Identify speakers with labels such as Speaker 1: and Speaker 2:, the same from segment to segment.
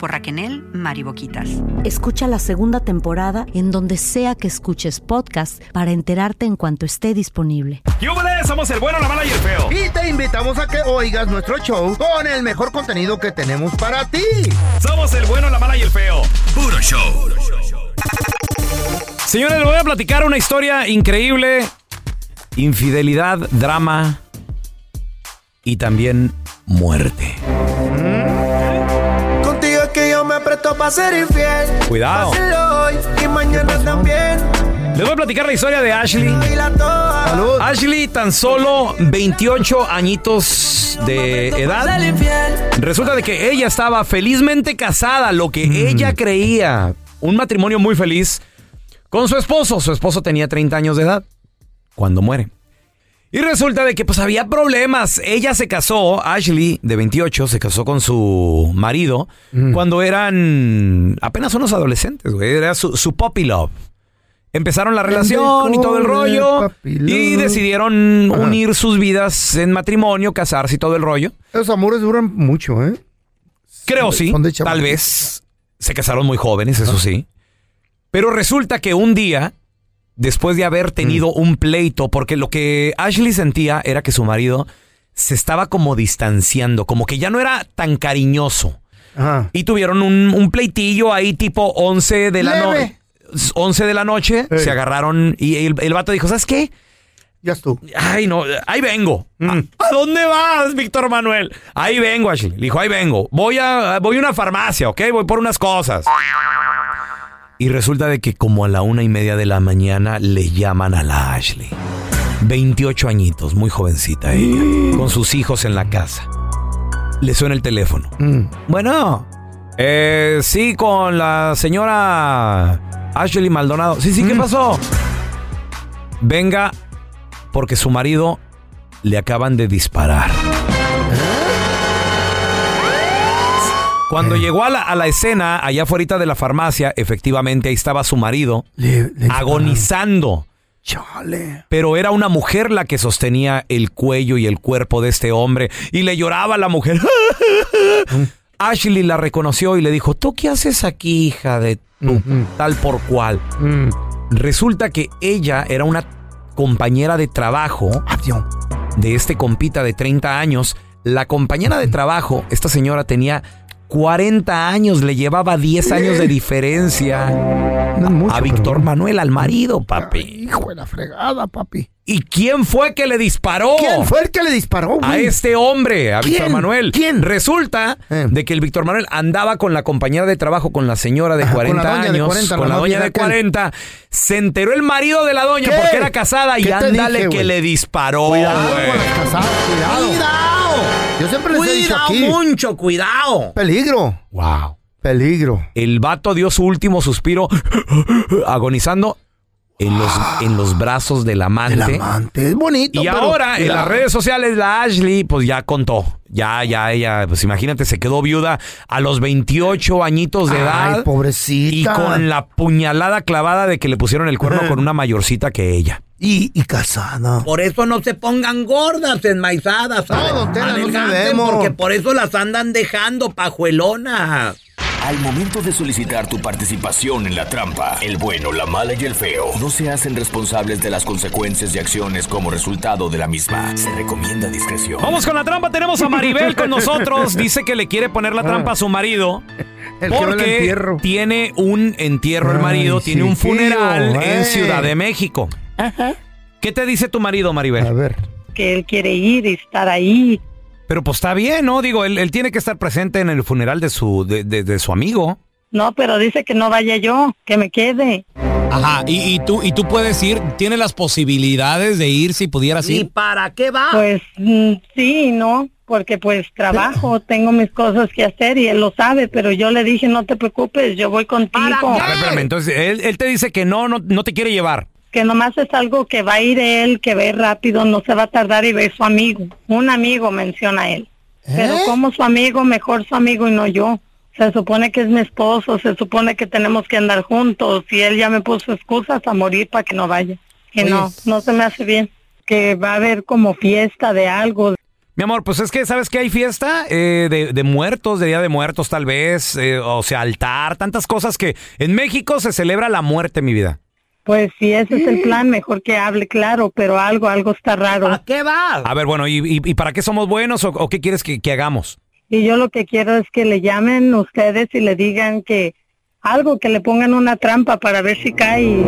Speaker 1: Por Raquenel Mariboquitas.
Speaker 2: Escucha la segunda temporada en donde sea que escuches podcast para enterarte en cuanto esté disponible.
Speaker 3: ¡Yúbales! Somos el bueno, la mala y el feo.
Speaker 4: Y te invitamos a que oigas nuestro show con el mejor contenido que tenemos para ti.
Speaker 3: Somos el bueno, la mala y el feo. Puro show. Señores, les voy a platicar una historia increíble. Infidelidad, drama y también muerte.
Speaker 5: Contigo es que yo me presto para ser infiel.
Speaker 3: Cuidado.
Speaker 5: Hazlo hoy y mañana también.
Speaker 3: Les voy a platicar la historia de Ashley.
Speaker 5: Y la toa.
Speaker 3: Ashley, tan solo 28 añitos de edad.
Speaker 5: Ser infiel.
Speaker 3: Resulta de que ella estaba felizmente casada, lo que ella creía. Un matrimonio muy feliz con su esposo. Su esposo tenía 30 años de edad cuando muere. Y resulta de que pues había problemas. Ella se casó, Ashley, de 28, se casó con su marido
Speaker 4: Mm.
Speaker 3: cuando eran apenas unos adolescentes, güey. Era su, su puppy love. Empezaron la relación y todo el rollo.
Speaker 4: Puppy love.
Speaker 3: Y decidieron
Speaker 4: Ajá.
Speaker 3: unir sus vidas en matrimonio, casarse y todo el rollo.
Speaker 4: Esos amores duran mucho, ¿eh?
Speaker 3: Creo
Speaker 4: Son de-
Speaker 3: sí,
Speaker 4: son de chamaco.
Speaker 3: tal vez. Se casaron muy jóvenes, eso sí. Pero resulta que un día, después de haber tenido
Speaker 4: Mm.
Speaker 3: un pleito, porque lo que Ashley sentía era que su marido se estaba como distanciando, como que ya no era tan cariñoso.
Speaker 4: Ajá.
Speaker 3: Y tuvieron un, un pleitillo ahí tipo 11 de la noche.
Speaker 4: Leve.
Speaker 3: 11 de la noche,
Speaker 4: Ey.
Speaker 3: se agarraron y el, el vato dijo, ¿sabes qué?
Speaker 4: Ya es tú.
Speaker 3: Ay, no, ahí vengo. ¿A, a dónde vas, Víctor Manuel? Ahí vengo, Ashley. Le dijo, ahí vengo. Voy a, voy a una farmacia, ¿ok? Voy por unas cosas. Y resulta de que como a la una y media de la mañana le llaman a la Ashley. 28 añitos, muy jovencita ella, con sus hijos en la casa. Le suena el teléfono. Bueno, eh, sí, con la señora Ashley Maldonado. Sí, sí, ¿qué pasó? Venga, porque su marido le acaban de disparar. Cuando
Speaker 4: Eh.
Speaker 3: llegó a la, a la escena, allá afuera de la farmacia, efectivamente ahí estaba su marido
Speaker 4: Le- le-
Speaker 3: agonizando.
Speaker 4: Chale.
Speaker 3: Pero era una mujer la que sostenía el cuello y el cuerpo de este hombre. Y le lloraba a la mujer.
Speaker 4: Mm.
Speaker 3: Ashley la reconoció y le dijo, ¿tú qué haces aquí, hija de tu
Speaker 4: Ujú.
Speaker 3: tal por cual?
Speaker 4: Mm.
Speaker 3: Resulta que ella era una compañera de trabajo
Speaker 4: Adiós.
Speaker 3: de este compita de 30 años. La compañera de trabajo, esta señora tenía 40 años, le llevaba 10 años de diferencia a Víctor Manuel, al marido, papi.
Speaker 4: Hijo de la fregada, papi.
Speaker 3: ¿Y quién fue que le disparó?
Speaker 4: ¿Quién fue el que le disparó,
Speaker 3: A
Speaker 4: güey?
Speaker 3: este hombre, a
Speaker 4: ¿Quién?
Speaker 3: Víctor Manuel.
Speaker 4: ¿Quién?
Speaker 3: Resulta
Speaker 4: Eh.
Speaker 3: de que el Víctor Manuel andaba con la compañera de trabajo, con la señora de
Speaker 4: Ajá,
Speaker 3: 40
Speaker 4: con la doña de
Speaker 3: años,
Speaker 4: 40,
Speaker 3: con la
Speaker 4: nomás
Speaker 3: doña de
Speaker 4: aquel.
Speaker 3: 40. Se enteró el marido de la doña
Speaker 4: ¿Qué?
Speaker 3: porque era casada y
Speaker 4: ¿Qué te
Speaker 3: ándale
Speaker 4: dije,
Speaker 3: que
Speaker 4: güey?
Speaker 3: le disparó.
Speaker 4: Cuidado
Speaker 3: güey.
Speaker 4: con las casadas, cuidado. Yo siempre les he dicho
Speaker 3: Cuidado
Speaker 4: aquí.
Speaker 3: mucho, cuidado.
Speaker 4: Peligro,
Speaker 3: Wow.
Speaker 4: peligro.
Speaker 3: El vato dio su último suspiro agonizando en los,
Speaker 4: Ah.
Speaker 3: en los brazos del amante.
Speaker 4: El amante es bonito.
Speaker 3: Y
Speaker 4: pero-
Speaker 3: ahora en las redes sociales la Ashley pues ya contó. Ya, ya, ella, pues imagínate, se quedó viuda a los 28 añitos de edad.
Speaker 4: Ay, pobrecita.
Speaker 3: Y con la puñalada clavada de que le pusieron el cuerno con una mayorcita que ella.
Speaker 4: Y, y casada.
Speaker 3: Por eso no se pongan gordas, enmaizadas.
Speaker 4: ¿sabes? No, don Tela, no Adelgancen, sabemos. porque
Speaker 3: por eso las andan dejando pajuelonas.
Speaker 6: Al momento de solicitar tu participación en la trampa, el bueno, la mala y el feo no se hacen responsables de las consecuencias y acciones como resultado de la misma. Se recomienda discreción.
Speaker 3: Vamos con la trampa, tenemos a Maribel con nosotros. Dice que le quiere poner la trampa a su marido.
Speaker 4: El que va al
Speaker 3: Porque
Speaker 4: entierro.
Speaker 3: tiene un entierro el
Speaker 4: Ay,
Speaker 3: marido, tiene un
Speaker 4: sí,
Speaker 3: funeral
Speaker 4: tío,
Speaker 3: en
Speaker 4: eh.
Speaker 3: Ciudad de México. ¿Qué te dice tu marido,
Speaker 4: A
Speaker 3: Maribel?
Speaker 4: ver.
Speaker 7: que él quiere ir y estar ahí.
Speaker 3: Pero pues está bien, ¿no? Digo, él, él tiene que estar presente en el funeral de su, de, de- de su amigo.
Speaker 7: No, pero dice que no vaya yo, que me quede.
Speaker 3: Ajá, y, tú, y tú puedes ir, tiene las posibilidades de ir si pudieras ir. ¿Y para qué va?
Speaker 7: Pues mm, sí, no, porque pues trabajo, tengo mis cosas que hacer y él lo sabe, pero yo le dije, no te preocupes, yo voy contigo.
Speaker 3: A ver, espérame, entonces él, él te dice que no, no, no te quiere llevar.
Speaker 7: Que nomás es algo que va a ir él, que va a ir rápido, no se va a tardar y ve su amigo. Un amigo menciona él. Pero
Speaker 4: ¿Eh?
Speaker 7: como su amigo, mejor su amigo y no yo. Se supone que es mi esposo, se supone que tenemos que andar juntos y él ya me puso excusas a morir para que no vaya. Que no, no se me hace bien. Que va a haber como fiesta de algo.
Speaker 3: Mi amor, pues es que, ¿sabes que Hay fiesta eh, de, de muertos, de Día de Muertos tal vez, eh, o sea, altar, tantas cosas que en México se celebra la muerte, mi vida.
Speaker 7: Pues si ese es el plan, mejor que hable claro, pero algo, algo está raro.
Speaker 3: qué va? A ver, bueno, ¿y, y- y para qué somos buenos o, o qué quieres que, que hagamos?
Speaker 7: Y yo lo que quiero es que le llamen ustedes y le digan que algo, que le pongan una trampa para ver si cae. y-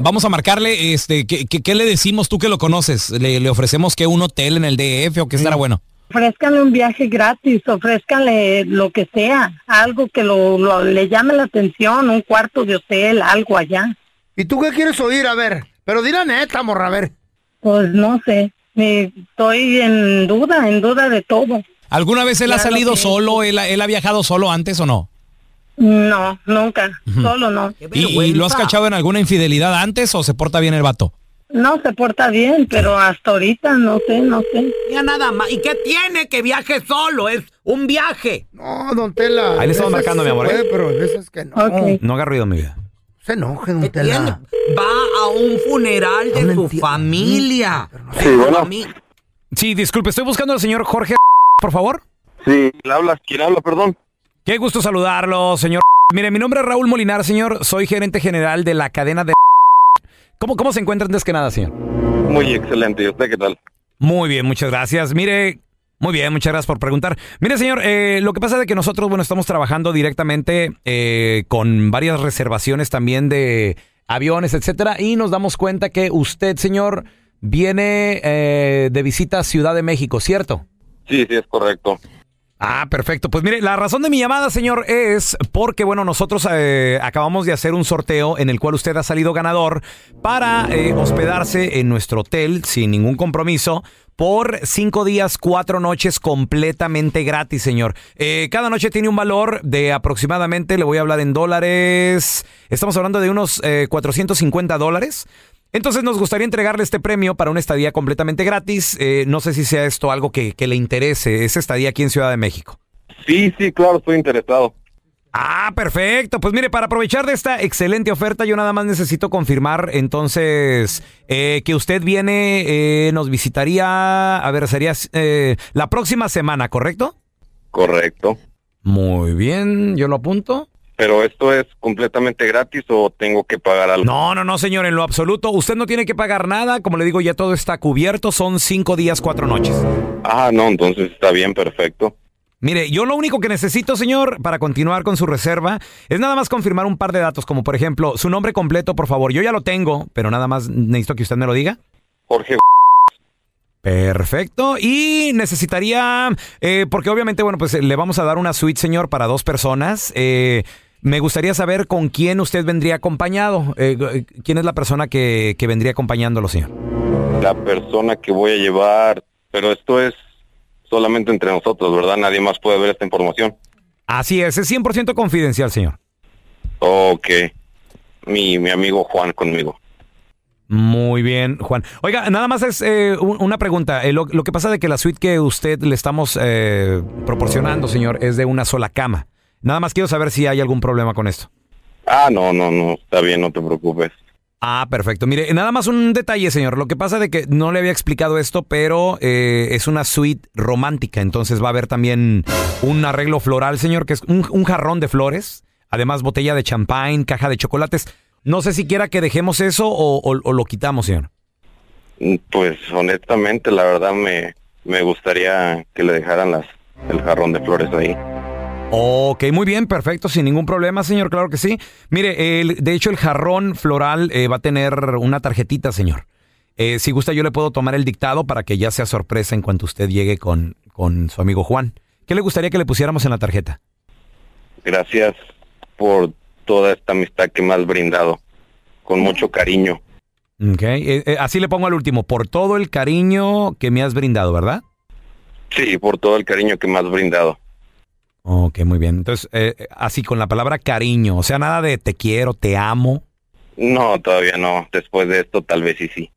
Speaker 3: Vamos a marcarle, este, ¿qué, le decimos tú que lo conoces? ¿Le, ofrecemos que un hotel en el DF o qué estará bueno?
Speaker 7: Ofrézcanle un viaje gratis, ofrézcanle lo que sea, algo que lo, lo- le llame la atención, un cuarto de hotel, algo allá.
Speaker 4: ¿Y tú qué quieres oír? A ver. Pero di la neta, morra, a ver.
Speaker 7: Pues no sé, me- estoy en duda, en duda de todo.
Speaker 3: ¿Alguna vez él
Speaker 7: ha Claro salido que sí. solo?
Speaker 3: ¿Él, ha viajado solo antes o no?
Speaker 7: No, nunca, solo no.
Speaker 3: en alguna infidelidad antes o se porta bien el vato?
Speaker 7: No se porta bien, pero hasta ahorita no sé, no sé.
Speaker 3: Ya nada más. ¿Y qué tiene que viaje solo? Es un viaje.
Speaker 4: No, don Tela.
Speaker 3: Ahí le estamos
Speaker 4: Esas
Speaker 3: marcando, mi
Speaker 4: se
Speaker 3: amor, ¿eh?
Speaker 4: puede, pero esas que no.
Speaker 7: Ok.
Speaker 3: No haga ruido, mi vida.
Speaker 4: Se enoje, don Tela.
Speaker 3: Va a un funeral
Speaker 4: No lo entiendo.
Speaker 8: Sí, bueno.
Speaker 3: Sí, disculpe, estoy buscando al señor Jorge, por favor.
Speaker 8: Sí, ¿quién habla? ¿Quién habla? Perdón.
Speaker 3: Qué gusto saludarlo, señor. Mire, mi nombre es Raúl Molinar, señor. Soy gerente general de la cadena de... ¿Cómo, cómo se encuentra antes que nada, señor?
Speaker 8: Muy excelente. ¿Y usted qué tal?
Speaker 3: Muy bien, muchas gracias. Mire, muy bien, muchas gracias por preguntar. Mire, señor, eh, lo que pasa es que nosotros, bueno, estamos trabajando directamente eh, con varias reservaciones también de aviones, etcétera, y nos damos cuenta que usted, señor, viene eh, de visita a Ciudad de México, ¿cierto?
Speaker 8: Sí, sí, es correcto.
Speaker 3: Ah, perfecto. Pues mire, la razón de mi llamada, señor, es porque, bueno, nosotros eh, acabamos de hacer un sorteo en el cual usted ha salido ganador para eh, hospedarse en nuestro hotel sin ningún compromiso por cinco días, cuatro noches completamente gratis, señor. Eh, cada noche tiene un valor de aproximadamente, le voy a hablar en dólares, estamos hablando de unos eh, 450 dólares. Entonces nos gustaría entregarle este premio para una estadía completamente gratis. Eh, no sé si sea esto algo que, que le interese, esa estadía aquí en Ciudad de México.
Speaker 8: Sí, sí, claro, estoy interesado.
Speaker 3: Ah, perfecto. Pues mire, para aprovechar de esta excelente oferta, yo nada más necesito confirmar entonces eh, que usted viene, eh, nos visitaría, a ver, sería eh, la próxima semana, ¿correcto?
Speaker 8: Correcto.
Speaker 3: Muy bien, yo lo apunto.
Speaker 8: Pero esto es completamente gratis o tengo que pagar algo.
Speaker 3: No, no, no, señor, en lo absoluto. Usted no tiene que pagar nada. Como le digo, ya todo está cubierto. Son cinco días, cuatro noches.
Speaker 8: Ah, no, entonces está bien, perfecto.
Speaker 3: Mire, yo lo único que necesito, señor, para continuar con su reserva, es nada más confirmar un par de datos, como por ejemplo, su nombre completo, por favor. Yo ya lo tengo, pero nada más necesito que usted me lo diga.
Speaker 8: Jorge.
Speaker 3: Perfecto. Y necesitaría, eh, porque obviamente, bueno, pues eh, le vamos a dar una suite, señor, para dos personas. Eh, me gustaría saber con quién usted vendría acompañado. Eh, eh, ¿Quién es la persona que, que vendría acompañándolo, señor?
Speaker 8: La persona que voy a llevar, pero esto es solamente entre nosotros, ¿verdad? Nadie más puede ver esta información.
Speaker 3: Así es, es 100% confidencial, señor.
Speaker 8: Ok. Mi, mi amigo Juan conmigo.
Speaker 3: Muy bien, Juan. Oiga, nada más es eh, un- una pregunta. Eh, lo, lo que pasa de que la suite que usted le estamos eh, proporcionando, señor, es de una sola cama. Nada más quiero saber si hay algún problema con esto.
Speaker 8: Ah, no, no, no, está bien, no te preocupes.
Speaker 3: Ah, perfecto. Mire, nada más un detalle, señor. Lo que pasa de que no le había explicado esto, pero eh, es una suite romántica. Entonces va a haber también un arreglo floral, señor, que es un, un jarrón de flores. Además, botella de champán, caja de chocolates. No sé si quiera que dejemos eso o- o- o lo quitamos, señor.
Speaker 8: Mm, Pues honestamente, la verdad me, me gustaría que le dejaran las el jarrón de flores ahí.
Speaker 3: Ok, muy bien, perfecto, sin ningún problema, señor, claro que sí. Mire, el- de hecho el jarrón floral eh, va a tener una tarjetita, señor. Eh, si gusta, yo le puedo tomar el dictado para que ya sea sorpresa en cuanto usted llegue con, con su amigo Juan. ¿Qué le gustaría que le pusiéramos en la tarjeta?
Speaker 8: Gracias por toda esta amistad que me has brindado, con mucho cariño.
Speaker 3: Ok, eh, eh, así le pongo al último, por todo el cariño que me has brindado, ¿verdad?
Speaker 8: Sí, por todo el cariño que me has brindado.
Speaker 3: Ok, muy bien. Entonces, eh, eh, así con la palabra cariño, o sea, nada de te quiero, te amo.
Speaker 8: No, todavía no. Después de esto, tal vez sí, sí.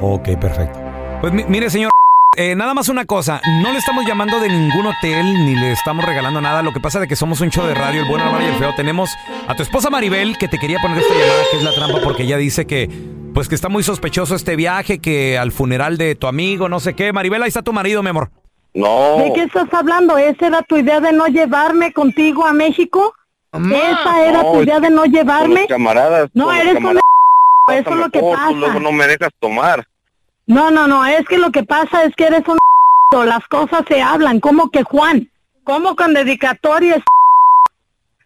Speaker 3: Ok, perfecto. Pues mi- mire, señor, eh, nada más una cosa. No le estamos llamando de ningún hotel ni le estamos regalando nada. Lo que pasa es que somos un show de radio, el bueno, la mala y el feo. Tenemos a tu esposa Maribel, que te quería poner esta llamada, que es la trampa, porque ella dice que, pues que está muy sospechoso este viaje, que al funeral de tu amigo, no sé qué. Maribel, ahí está tu marido, mi amor.
Speaker 8: No.
Speaker 7: ¿De qué estás hablando? ¿Esa era tu idea de no llevarme contigo a México? ¿Esa era
Speaker 8: No,
Speaker 7: tu
Speaker 8: es
Speaker 7: idea de no
Speaker 8: Con los
Speaker 7: llevarme?
Speaker 8: camaradas.
Speaker 7: No,
Speaker 8: con los
Speaker 7: eres una...
Speaker 8: camaradas
Speaker 7: Eso es lo que
Speaker 8: mejor, tú
Speaker 7: pasa.
Speaker 8: luego no me dejas tomar.
Speaker 7: No, no, no, es que lo que pasa es que eres un... Las cosas se hablan, como que Juan, como con dedicatorias...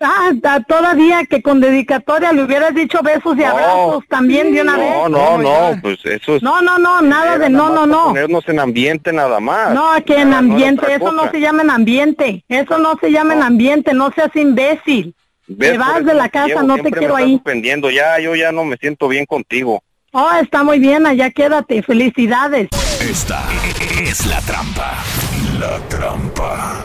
Speaker 7: Ah, da- todavía que con dedicatoria le hubieras dicho besos y abrazos también de una vez.
Speaker 8: No, no, no, pues eso es. eh,
Speaker 7: No, no, no, nada de no, no, no.
Speaker 8: Ponernos en ambiente nada más.
Speaker 7: No, que en
Speaker 8: Nada, no era
Speaker 7: ambiente,
Speaker 8: otra
Speaker 7: eso no
Speaker 8: cosa.
Speaker 7: se llama en ambiente, eso no se llama en ambiente, no seas imbécil.
Speaker 8: ¿Ves?
Speaker 7: Te
Speaker 8: Por
Speaker 7: vas
Speaker 8: eso
Speaker 7: de la
Speaker 8: te
Speaker 7: casa,
Speaker 8: llevo,
Speaker 7: no te
Speaker 8: siempre me
Speaker 7: quiero
Speaker 8: estás
Speaker 7: ahí.
Speaker 8: Suspendiendo. Ya, yo ya no me siento bien contigo.
Speaker 7: Oh, está muy bien, allá quédate, felicidades.
Speaker 6: Esta es la trampa. La trampa.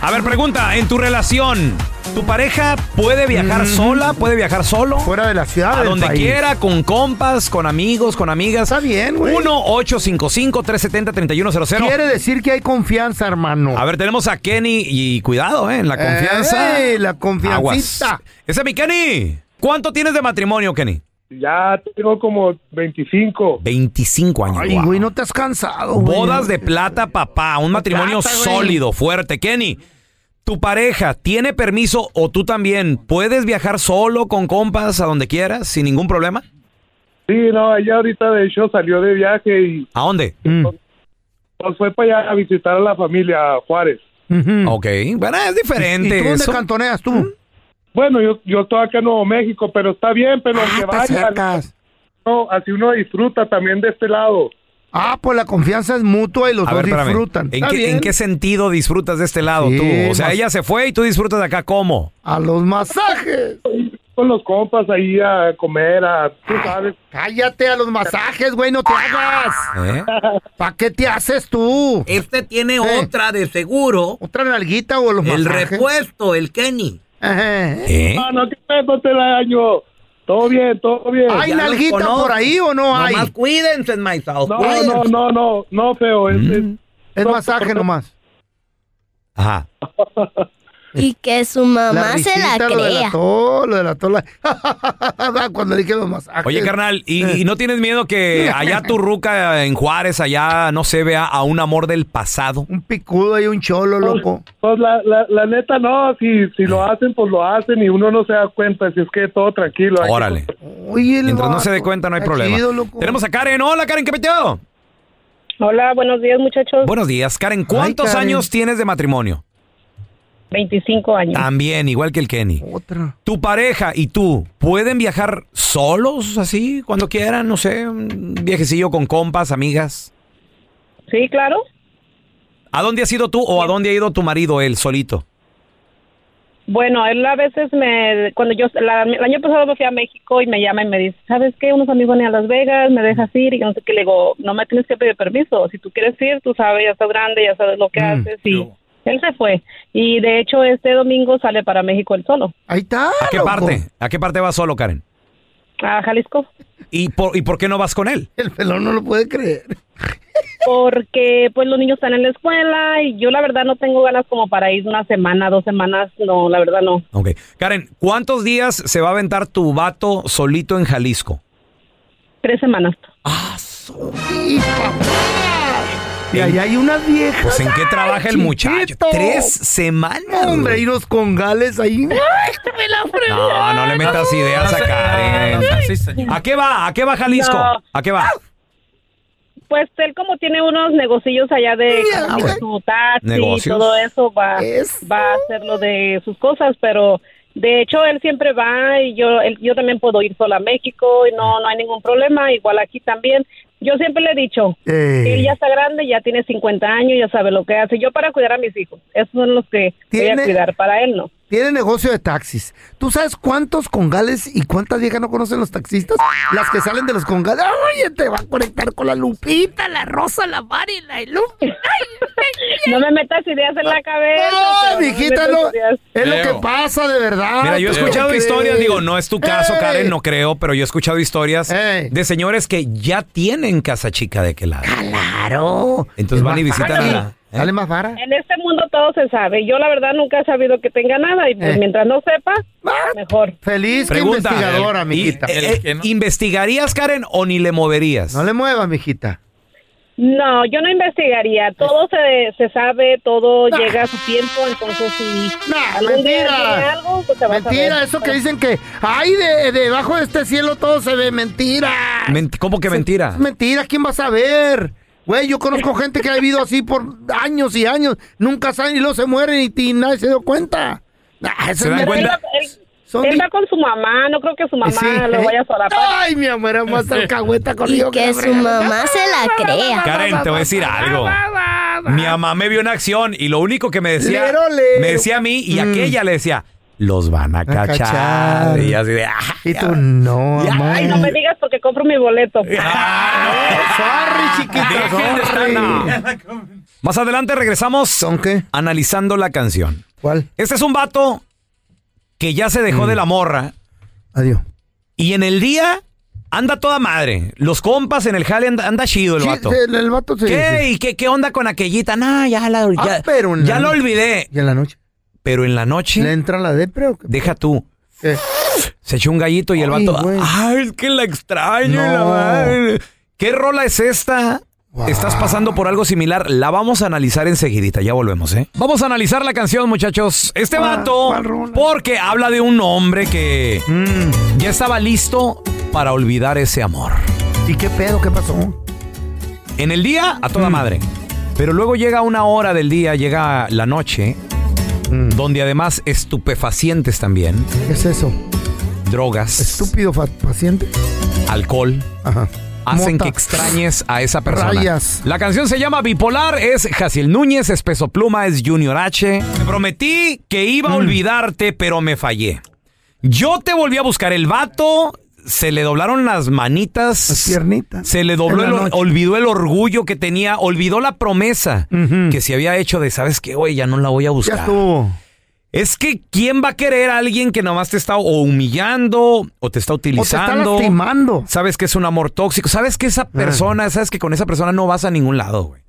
Speaker 3: A ver, pregunta, en tu relación, ¿tu pareja puede viajar sola? ¿Puede viajar solo? Fuera
Speaker 4: de la ciudad.
Speaker 3: A
Speaker 4: del
Speaker 3: donde
Speaker 4: país.
Speaker 3: quiera, con compas, con amigos, con amigas. Está bien, güey. 1-855-370-3100.
Speaker 4: Quiere decir que hay confianza, hermano.
Speaker 3: A ver, tenemos a Kenny y cuidado, ¿eh? En la confianza.
Speaker 4: Ey, Eh, la confiancita.
Speaker 3: Aguas. Ese es mi Kenny. ¿Cuánto tienes de matrimonio, Kenny?
Speaker 9: Ya tengo como 25.
Speaker 3: 25 años.
Speaker 4: Ay,
Speaker 3: guau.
Speaker 4: güey, no te has cansado, güey.
Speaker 3: Bodas de plata, papá. Un matrimonio
Speaker 4: plata, güey.
Speaker 3: sólido, fuerte. Kenny, ¿tu pareja tiene permiso o tú también puedes viajar solo con compas a donde quieras sin ningún problema?
Speaker 9: Sí, no, ella ahorita de hecho salió de viaje y
Speaker 3: ¿A dónde?
Speaker 4: Mm.
Speaker 9: pues, fue para allá a visitar a la familia a Juárez.
Speaker 3: Ok, bueno, es diferente. eso.
Speaker 4: cantoneas tú?
Speaker 9: Bueno, yo, yo estoy acá en Nuevo México, pero está bien, pero
Speaker 4: Ah,
Speaker 9: que vaya. No, así uno disfruta también de este lado.
Speaker 4: Ah, pues la confianza es mutua y los
Speaker 3: A
Speaker 4: dos
Speaker 3: ver, espérame.
Speaker 4: disfrutan.
Speaker 3: ¿En
Speaker 4: Está
Speaker 3: qué,
Speaker 4: bien.
Speaker 3: en qué sentido disfrutas de este lado
Speaker 4: Sí,
Speaker 3: tú? O sea,
Speaker 4: más-
Speaker 3: ella se fue y tú disfrutas de acá, ¿cómo?
Speaker 4: A los masajes.
Speaker 9: Con los compas ahí a comer, a... Tú
Speaker 4: sabes. Cállate a los masajes, güey, no te hagas.
Speaker 3: ¿Eh?
Speaker 4: ¿Para qué te haces tú?
Speaker 10: Este tiene otra de seguro.
Speaker 4: Otra nalguita o los
Speaker 10: El
Speaker 4: masajes.
Speaker 10: repuesto, el Kenny.
Speaker 3: ¿Eh?
Speaker 9: No, no, que me no te la daño. Todo bien, todo bien.
Speaker 10: Ya los conozco. Nomás cuídense, maizados.
Speaker 9: No, no, no, no, no, feo. eh, Es,
Speaker 4: Es masaje nomás.
Speaker 3: Ajá.
Speaker 11: Y que su mamá se la
Speaker 4: risita Lo
Speaker 11: crea.
Speaker 4: delató, lo delató. La... Cuando le dije los masajes.
Speaker 3: Oye, carnal, ¿y, y no tienes miedo que allá tu ruca en Juárez, allá, no se vea a un amor del pasado?
Speaker 4: Picudo y un cholo, loco.
Speaker 9: Pues la, la, la neta no, si, si
Speaker 12: Mm.
Speaker 9: lo hacen, pues lo hacen y uno no se da cuenta, si es que todo tranquilo. Hay que-
Speaker 3: Órale.
Speaker 4: Oye, el
Speaker 3: Mientras no se
Speaker 4: vato.
Speaker 3: dé cuenta, no hay
Speaker 4: Está
Speaker 3: problema.
Speaker 4: chido, loco.
Speaker 3: Tenemos a Karen. Hola, Karen, ¿qué peteo?
Speaker 13: Hola, buenos días muchachos.
Speaker 3: Buenos días, Karen. ¿Cuántos
Speaker 13: Karen.
Speaker 3: años tienes de matrimonio?
Speaker 13: 25 años.
Speaker 3: También, igual que el Kenny. ¿Tu pareja y tú pueden viajar solos así, cuando quieran? No sé, un viejecillo con compas, amigas.
Speaker 13: Sí, claro.
Speaker 3: ¿A dónde has ido tú o a dónde ha ido tu marido, él solito?
Speaker 13: Bueno, él a veces me, cuando yo, la- el año pasado me fui a México y me llama y me dice, ¿sabes qué? Unos amigos van a ir a Las Vegas, me dejas ir y no sé qué. Le digo, no me tienes que pedir permiso. Si tú quieres ir, tú sabes, ya estás grande, ya sabes lo que
Speaker 4: Mm.
Speaker 13: haces. Y él se fue. Y de hecho, este domingo sale para México él solo.
Speaker 4: Ahí está.
Speaker 3: ¿A qué parte? ¿A qué parte vas solo, Karen?
Speaker 13: A Jalisco.
Speaker 3: ¿Y por, ¿Y por qué no vas con él?
Speaker 4: El pelón no lo puede creer.
Speaker 13: Porque pues los niños están en la escuela y yo la verdad no tengo ganas como para ir una semana, dos semanas. No, la verdad no.
Speaker 3: Ok. Karen, ¿cuántos días se va a aventar tu vato solito en Jalisco?
Speaker 13: Tres semanas.
Speaker 4: Y allá hay unas viejas.
Speaker 3: Pues en qué trabaja el muchacho. Tres semanas.
Speaker 4: Hombre, y los congales ahí.
Speaker 3: No, no le metas ideas a Karen. ¿A qué va? ¿A qué va Jalisco?
Speaker 13: No.
Speaker 3: ¿A qué va?
Speaker 13: Pues él como tiene unos negocillos allá de
Speaker 4: ah,
Speaker 13: su taxi y
Speaker 3: ¿Negocios?
Speaker 13: todo eso va, va a hacer lo de sus cosas, pero de hecho él siempre va y yo él- yo también puedo ir sola a México y no no hay ningún problema, igual aquí también. Yo siempre le he dicho,
Speaker 4: Eh.
Speaker 13: él ya está grande, ya tiene 50 años, ya sabe lo que hace. Yo para cuidar a mis hijos, esos son los que voy
Speaker 4: Tiene-
Speaker 13: a cuidar para él, ¿no?
Speaker 4: Tiene negocio de taxis. ¿Tú sabes cuántos congales y cuántas viejas no conocen los taxistas? Las que salen de los congales. ¡Ay, te va a conectar con la lupita, la rosa, la mari, la ilumina!
Speaker 13: No me metas ideas en la cabeza.
Speaker 4: Ah, No,
Speaker 13: pero me
Speaker 4: mijita,
Speaker 13: metas
Speaker 4: lo-
Speaker 13: ideas.
Speaker 4: es lo
Speaker 3: Leo.
Speaker 4: que pasa de verdad.
Speaker 3: Mira, yo he
Speaker 4: Tú no
Speaker 3: escuchado
Speaker 4: crees.
Speaker 3: historias, digo, no es tu caso,
Speaker 4: Ey.
Speaker 3: Karen, no creo, pero yo he escuchado historias de señores que ya tienen casa chica de aquel lado.
Speaker 4: Claro.
Speaker 3: Entonces van y visitan a la... ¿eh?
Speaker 4: Dale más vara.
Speaker 13: En este mundo todo se sabe. Yo la verdad nunca he sabido que tenga nada y pues,
Speaker 3: Eh.
Speaker 13: mientras no sepa, mejor.
Speaker 4: Feliz
Speaker 3: Pregunta, ¿y-
Speaker 4: mijita.
Speaker 3: eh, ¿Investigarías, Karen, o ni le moverías? No
Speaker 4: le muevas, mijita.
Speaker 13: No, yo no investigaría. Todo se, se sabe, todo llega a su tiempo, entonces si algún día tiene
Speaker 4: Mentira.
Speaker 13: algo, pues se va a
Speaker 4: Mentira,
Speaker 13: saber.
Speaker 4: eso que dicen que, ay, de- debajo de este cielo todo se ve. Mentira.
Speaker 3: Ment- ¿Cómo que mentira?
Speaker 4: Es mentira, ¿quién va a saber? Güey, yo conozco gente que ha vivido así por años y años. Nunca saben y luego se mueren y, ti- nadie se dio cuenta. Nah, eso
Speaker 3: ¿Se
Speaker 4: es
Speaker 3: dan
Speaker 4: mentira.
Speaker 3: cuenta?
Speaker 13: Él, él va con su mamá, no creo que su mamá
Speaker 4: Sí. ¿eh?
Speaker 13: lo vaya a pues. solapar.
Speaker 4: Ay, mi amor, era más alcahueta conmigo.
Speaker 11: Y que su mamá se la crea.
Speaker 3: Karen, te voy a decir algo. Mi
Speaker 4: Ah.
Speaker 3: mamá me vio en acción y lo único que me decía,
Speaker 11: Lero, lero.
Speaker 3: me decía a mí y
Speaker 11: Mm.
Speaker 3: aquella le decía, los van a cachar.
Speaker 4: cachar.
Speaker 3: Y así de, "Ah".
Speaker 4: Y tú, no, amor.
Speaker 13: Ay, no me digas porque
Speaker 3: Eh, Ah,
Speaker 13: compro mi boleto.
Speaker 4: Sorry, chiquita, sorry.
Speaker 3: Más adelante regresamos. Analizando la canción.
Speaker 4: ¿Cuál?
Speaker 3: Este es un vato que ya se
Speaker 4: Mm.
Speaker 3: dejó de la morra.
Speaker 4: Adiós.
Speaker 3: Y en el día anda toda madre. Los compas en el jale anda, anda chido el
Speaker 4: Sí,
Speaker 3: vato.
Speaker 4: el- el vato sí,
Speaker 3: ¿Qué?
Speaker 4: sí. Ah,
Speaker 3: ¿Y qué, qué onda con aquellita? No, ya la, ya,
Speaker 4: pero en la
Speaker 3: ya lo
Speaker 4: noche.
Speaker 3: olvidé.
Speaker 4: ¿Y en la noche?
Speaker 3: Pero en la noche. ¿Le
Speaker 4: entra la depre o qué?
Speaker 3: Deja tú. Se echó un gallito y el
Speaker 4: Ay,
Speaker 3: vato. Ah,
Speaker 4: güey.
Speaker 3: ¡Ay, es que la extraño!
Speaker 4: No.
Speaker 3: la madre". ¿Qué rola es esta? ¿Estás pasando por algo similar? La vamos a analizar enseguidita, ya volvemos, ¿eh? Vamos a analizar la canción, muchachos. Este
Speaker 4: Ah,
Speaker 3: vato, porque habla de un hombre que Mm, ya estaba listo para olvidar ese amor.
Speaker 4: ¿Y qué pedo? ¿Qué pasó? Mm.
Speaker 3: En el día, a toda madre. Pero luego llega una hora del día, llega la noche, donde además estupefacientes también,
Speaker 4: Mm. ¿Qué es eso?
Speaker 3: drogas.
Speaker 4: ¿Estúpido fa- paciente?
Speaker 3: alcohol hacen
Speaker 4: Mota.
Speaker 3: que extrañes a esa persona.
Speaker 4: Rayas.
Speaker 3: La canción se llama Bipolar, es Jaciel Núñez, Espeso Pluma, es Junior H. Me prometí que iba a olvidarte, pero me fallé. Yo te volví a buscar el vato. Se le doblaron las manitas.
Speaker 4: piernitas.
Speaker 3: Se le dobló,
Speaker 4: En la
Speaker 3: el or-
Speaker 4: noche.
Speaker 3: olvidó el orgullo que tenía, olvidó la promesa que se había hecho de, ¿sabes qué? Oye, ya no la voy a buscar. Es que ¿quién va a querer a alguien que nomás te está o humillando o te está utilizando?
Speaker 4: lastimando.
Speaker 3: Sabes que es un amor tóxico. Sabes que esa persona, sabes que con esa persona no vas a ningún lado, güey.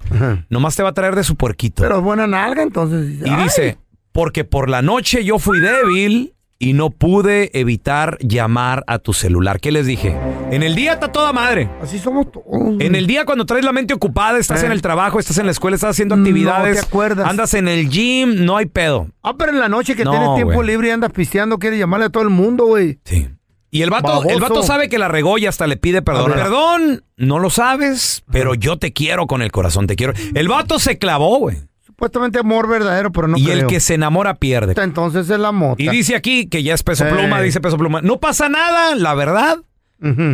Speaker 3: Nomás te va a traer de su puerquito.
Speaker 4: Pero buena nalga, entonces.
Speaker 3: y dice, porque por la noche yo fui débil y no pude evitar llamar a tu celular. ¿Qué les dije? En el día está toda madre.
Speaker 4: Así somos todos.
Speaker 3: En el día cuando traes la mente ocupada, estás
Speaker 4: Eh.
Speaker 3: en el trabajo, estás en la escuela, estás haciendo actividades,
Speaker 4: No te acuerdas.
Speaker 3: andas en el gym, no hay pedo.
Speaker 4: Ah, pero en la noche que
Speaker 3: No,
Speaker 4: tienes tiempo
Speaker 3: güey.
Speaker 4: libre y andas pisteando, quieres llamarle a todo el mundo, güey.
Speaker 3: Sí. Y el vato,
Speaker 4: Baboso.
Speaker 3: el vato sabe que la regó y hasta le pide perdón.
Speaker 4: A ver.
Speaker 3: Perdón, no lo sabes, pero yo te quiero con el corazón, te quiero. El vato se clavó, güey.
Speaker 4: Supuestamente amor verdadero, pero no
Speaker 3: y
Speaker 4: creo.
Speaker 3: el que se enamora pierde.
Speaker 4: Entonces es la mota.
Speaker 3: Y dice aquí que ya es peso
Speaker 4: Eh.
Speaker 3: pluma, dice peso pluma. No pasa nada, la verdad.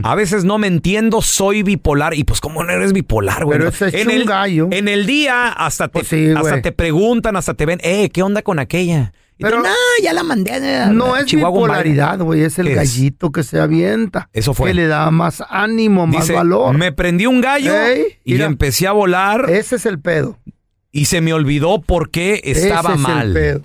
Speaker 3: A veces no me entiendo, soy bipolar. Y pues, ¿cómo no eres bipolar, güey?
Speaker 4: Pero
Speaker 3: No.
Speaker 4: ese es
Speaker 3: en,
Speaker 4: un
Speaker 3: el,
Speaker 4: gallo.
Speaker 3: en el día hasta te,
Speaker 4: sí,
Speaker 3: hasta
Speaker 4: güey.
Speaker 3: te preguntan, hasta te ven, eh, ¿qué onda con aquella? Y tú, "Nah, ya la mandé.
Speaker 4: No es
Speaker 3: Chihuahua,
Speaker 4: bipolaridad,
Speaker 3: Mayra".
Speaker 4: güey, es el
Speaker 3: ¿Qué es?
Speaker 4: gallito que se avienta.
Speaker 3: Eso fue.
Speaker 4: Que le da más ánimo, más
Speaker 3: Dice,
Speaker 4: valor.
Speaker 3: Me prendí un gallo
Speaker 4: Ey,
Speaker 3: y
Speaker 4: mira.
Speaker 3: empecé a volar.
Speaker 4: Ese es el pedo.
Speaker 3: Y se me olvidó por qué estaba
Speaker 4: Ese es el
Speaker 3: mal.
Speaker 4: pedo.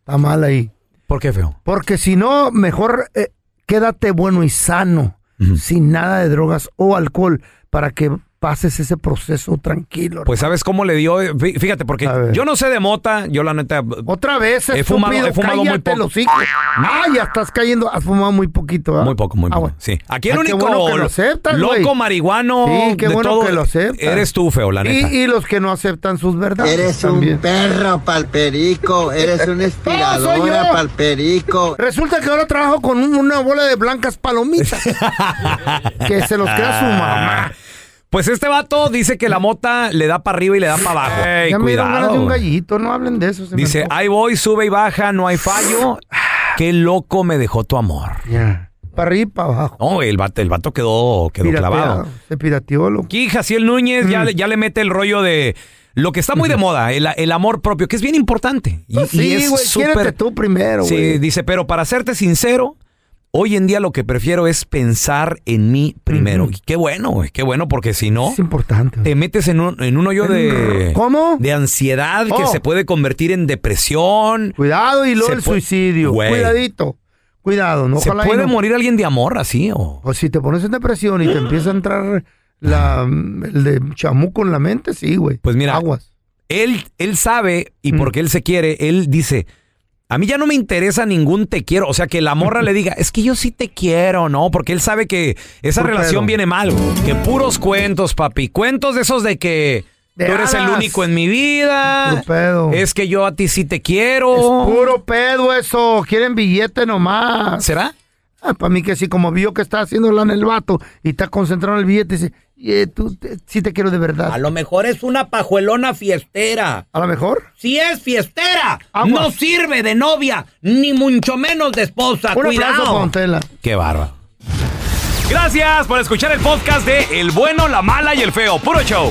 Speaker 4: Está mal ahí.
Speaker 3: ¿Por qué feo?
Speaker 4: Porque si no, mejor eh, quédate bueno y sano, sin nada de drogas o alcohol, para que pases ese proceso tranquilo.
Speaker 3: Pues sabes cómo le dio, Fí- fíjate, porque yo no sé de mota, yo la neta...
Speaker 4: Otra vez,
Speaker 3: he
Speaker 4: estúpido,
Speaker 3: fumado, he fumado muy
Speaker 4: cállate el
Speaker 3: poco.
Speaker 4: hocico. Ah, ya estás cayendo. Has fumado muy poquito, ¿verdad?
Speaker 3: Muy poco, muy
Speaker 4: Ah,
Speaker 3: poco.
Speaker 4: bueno.
Speaker 3: Sí. Aquí el
Speaker 4: Ah, qué
Speaker 3: único
Speaker 4: bueno que lo aceptas,
Speaker 3: loco
Speaker 4: güey.
Speaker 3: marihuano
Speaker 4: Sí, qué
Speaker 3: de
Speaker 4: bueno
Speaker 3: todo
Speaker 4: que lo aceptas.
Speaker 3: eres tú, feo, la neta.
Speaker 4: Y, y los que no aceptan sus verdades.
Speaker 14: Eres un perro, palperico. Eres una
Speaker 4: soy
Speaker 14: inspiradora,
Speaker 4: yo.
Speaker 14: palperico.
Speaker 4: Resulta que ahora trabajo con un- una bola de blancas palomitas. que se los queda su mamá.
Speaker 3: Pues este vato dice que la mota le da para arriba y le da para abajo. Ey,
Speaker 4: ya me dieron ganas de
Speaker 3: cuidado.
Speaker 4: un
Speaker 3: güey.
Speaker 4: gallito, no hablen de eso. se me
Speaker 3: Dice,
Speaker 4: antoja. Ah.
Speaker 3: ahí voy, sube y baja, no hay fallo. Qué loco me dejó tu amor.
Speaker 4: para arriba y para abajo.
Speaker 3: No, el vato, el vato quedó, quedó
Speaker 4: Pirateado, Mm.
Speaker 3: clavado.
Speaker 4: Se pirateó, loco.
Speaker 3: Aquí Jaciel Núñez ya, le- ya le mete el rollo de lo que está muy de moda, el, el amor propio, que es bien importante. Y,
Speaker 4: Pues
Speaker 3: y
Speaker 4: sí,
Speaker 3: es
Speaker 4: güey,
Speaker 3: súper-
Speaker 4: quiérete tú primero,
Speaker 3: Sí,
Speaker 4: güey.
Speaker 3: dice, pero para serte sincero, hoy en día lo que prefiero es pensar en mí primero. Y qué bueno, güey, qué bueno, porque si no...
Speaker 4: Es importante.
Speaker 3: Te metes en un, en un hoyo de...
Speaker 4: ¿Cómo?
Speaker 3: De ansiedad que
Speaker 4: Oh.
Speaker 3: se puede convertir en depresión.
Speaker 4: Cuidado y luego
Speaker 3: Se
Speaker 4: el
Speaker 3: pu-
Speaker 4: suicidio.
Speaker 3: Güey.
Speaker 4: Cuidadito. Cuidado, no
Speaker 3: ¿Se
Speaker 4: ojalá y
Speaker 3: puede
Speaker 4: no-
Speaker 3: morir alguien de amor así o...?
Speaker 4: O si te pones en depresión y te empieza a entrar la, el de chamuco en la mente, sí, güey.
Speaker 3: Pues mira,
Speaker 4: Aguas. Mm.
Speaker 3: él, él sabe y porque él se quiere, él dice, a mí ya no me interesa ningún te quiero. O sea, que la morra le diga, es que yo sí te quiero, ¿no? Porque él sabe que esa
Speaker 4: Puro
Speaker 3: relación
Speaker 4: pedo.
Speaker 3: viene mal. güey. Que puros cuentos, papi. Cuentos de esos de que
Speaker 4: De
Speaker 3: tú eres el
Speaker 4: hadas.
Speaker 3: único en mi vida. Es que yo a ti sí te quiero.
Speaker 4: Puro pedo eso, quieren billete nomás.
Speaker 3: ¿Será?
Speaker 4: para mí que sí, como vio que está haciéndola en el vato y está concentrado en el billete, dice, "Ye, tú te- sí te quiero de verdad.
Speaker 3: A lo mejor es una pajuelona fiestera.
Speaker 4: ¿A lo mejor? Ah,
Speaker 3: Si es fiestera,
Speaker 4: Aguas.
Speaker 3: no sirve de novia, ni mucho menos de esposa.
Speaker 4: Un
Speaker 3: Cuidado.
Speaker 4: aplauso, Pontela.
Speaker 3: Qué bárbaro. Gracias por escuchar el podcast de El bueno, la mala y el feo. Puro show.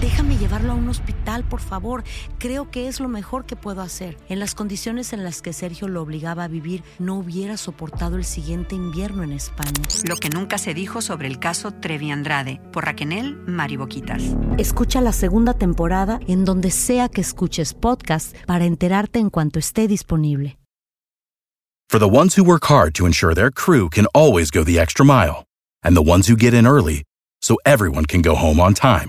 Speaker 2: Déjame llevarlo a un hospital, por favor. Creo que es lo mejor que puedo hacer. En las condiciones en las que Sergio lo obligaba a vivir, no hubiera soportado el siguiente invierno en España.
Speaker 1: Lo que nunca se dijo sobre el caso Trevi Andrade por Raquel Mariboquitas.
Speaker 2: Escucha la segunda temporada en donde sea que escuches podcast para enterarte en cuanto esté disponible.
Speaker 12: For the ones who work hard to ensure their crew can always go the extra mile, and the ones who get in early so everyone can go home on time,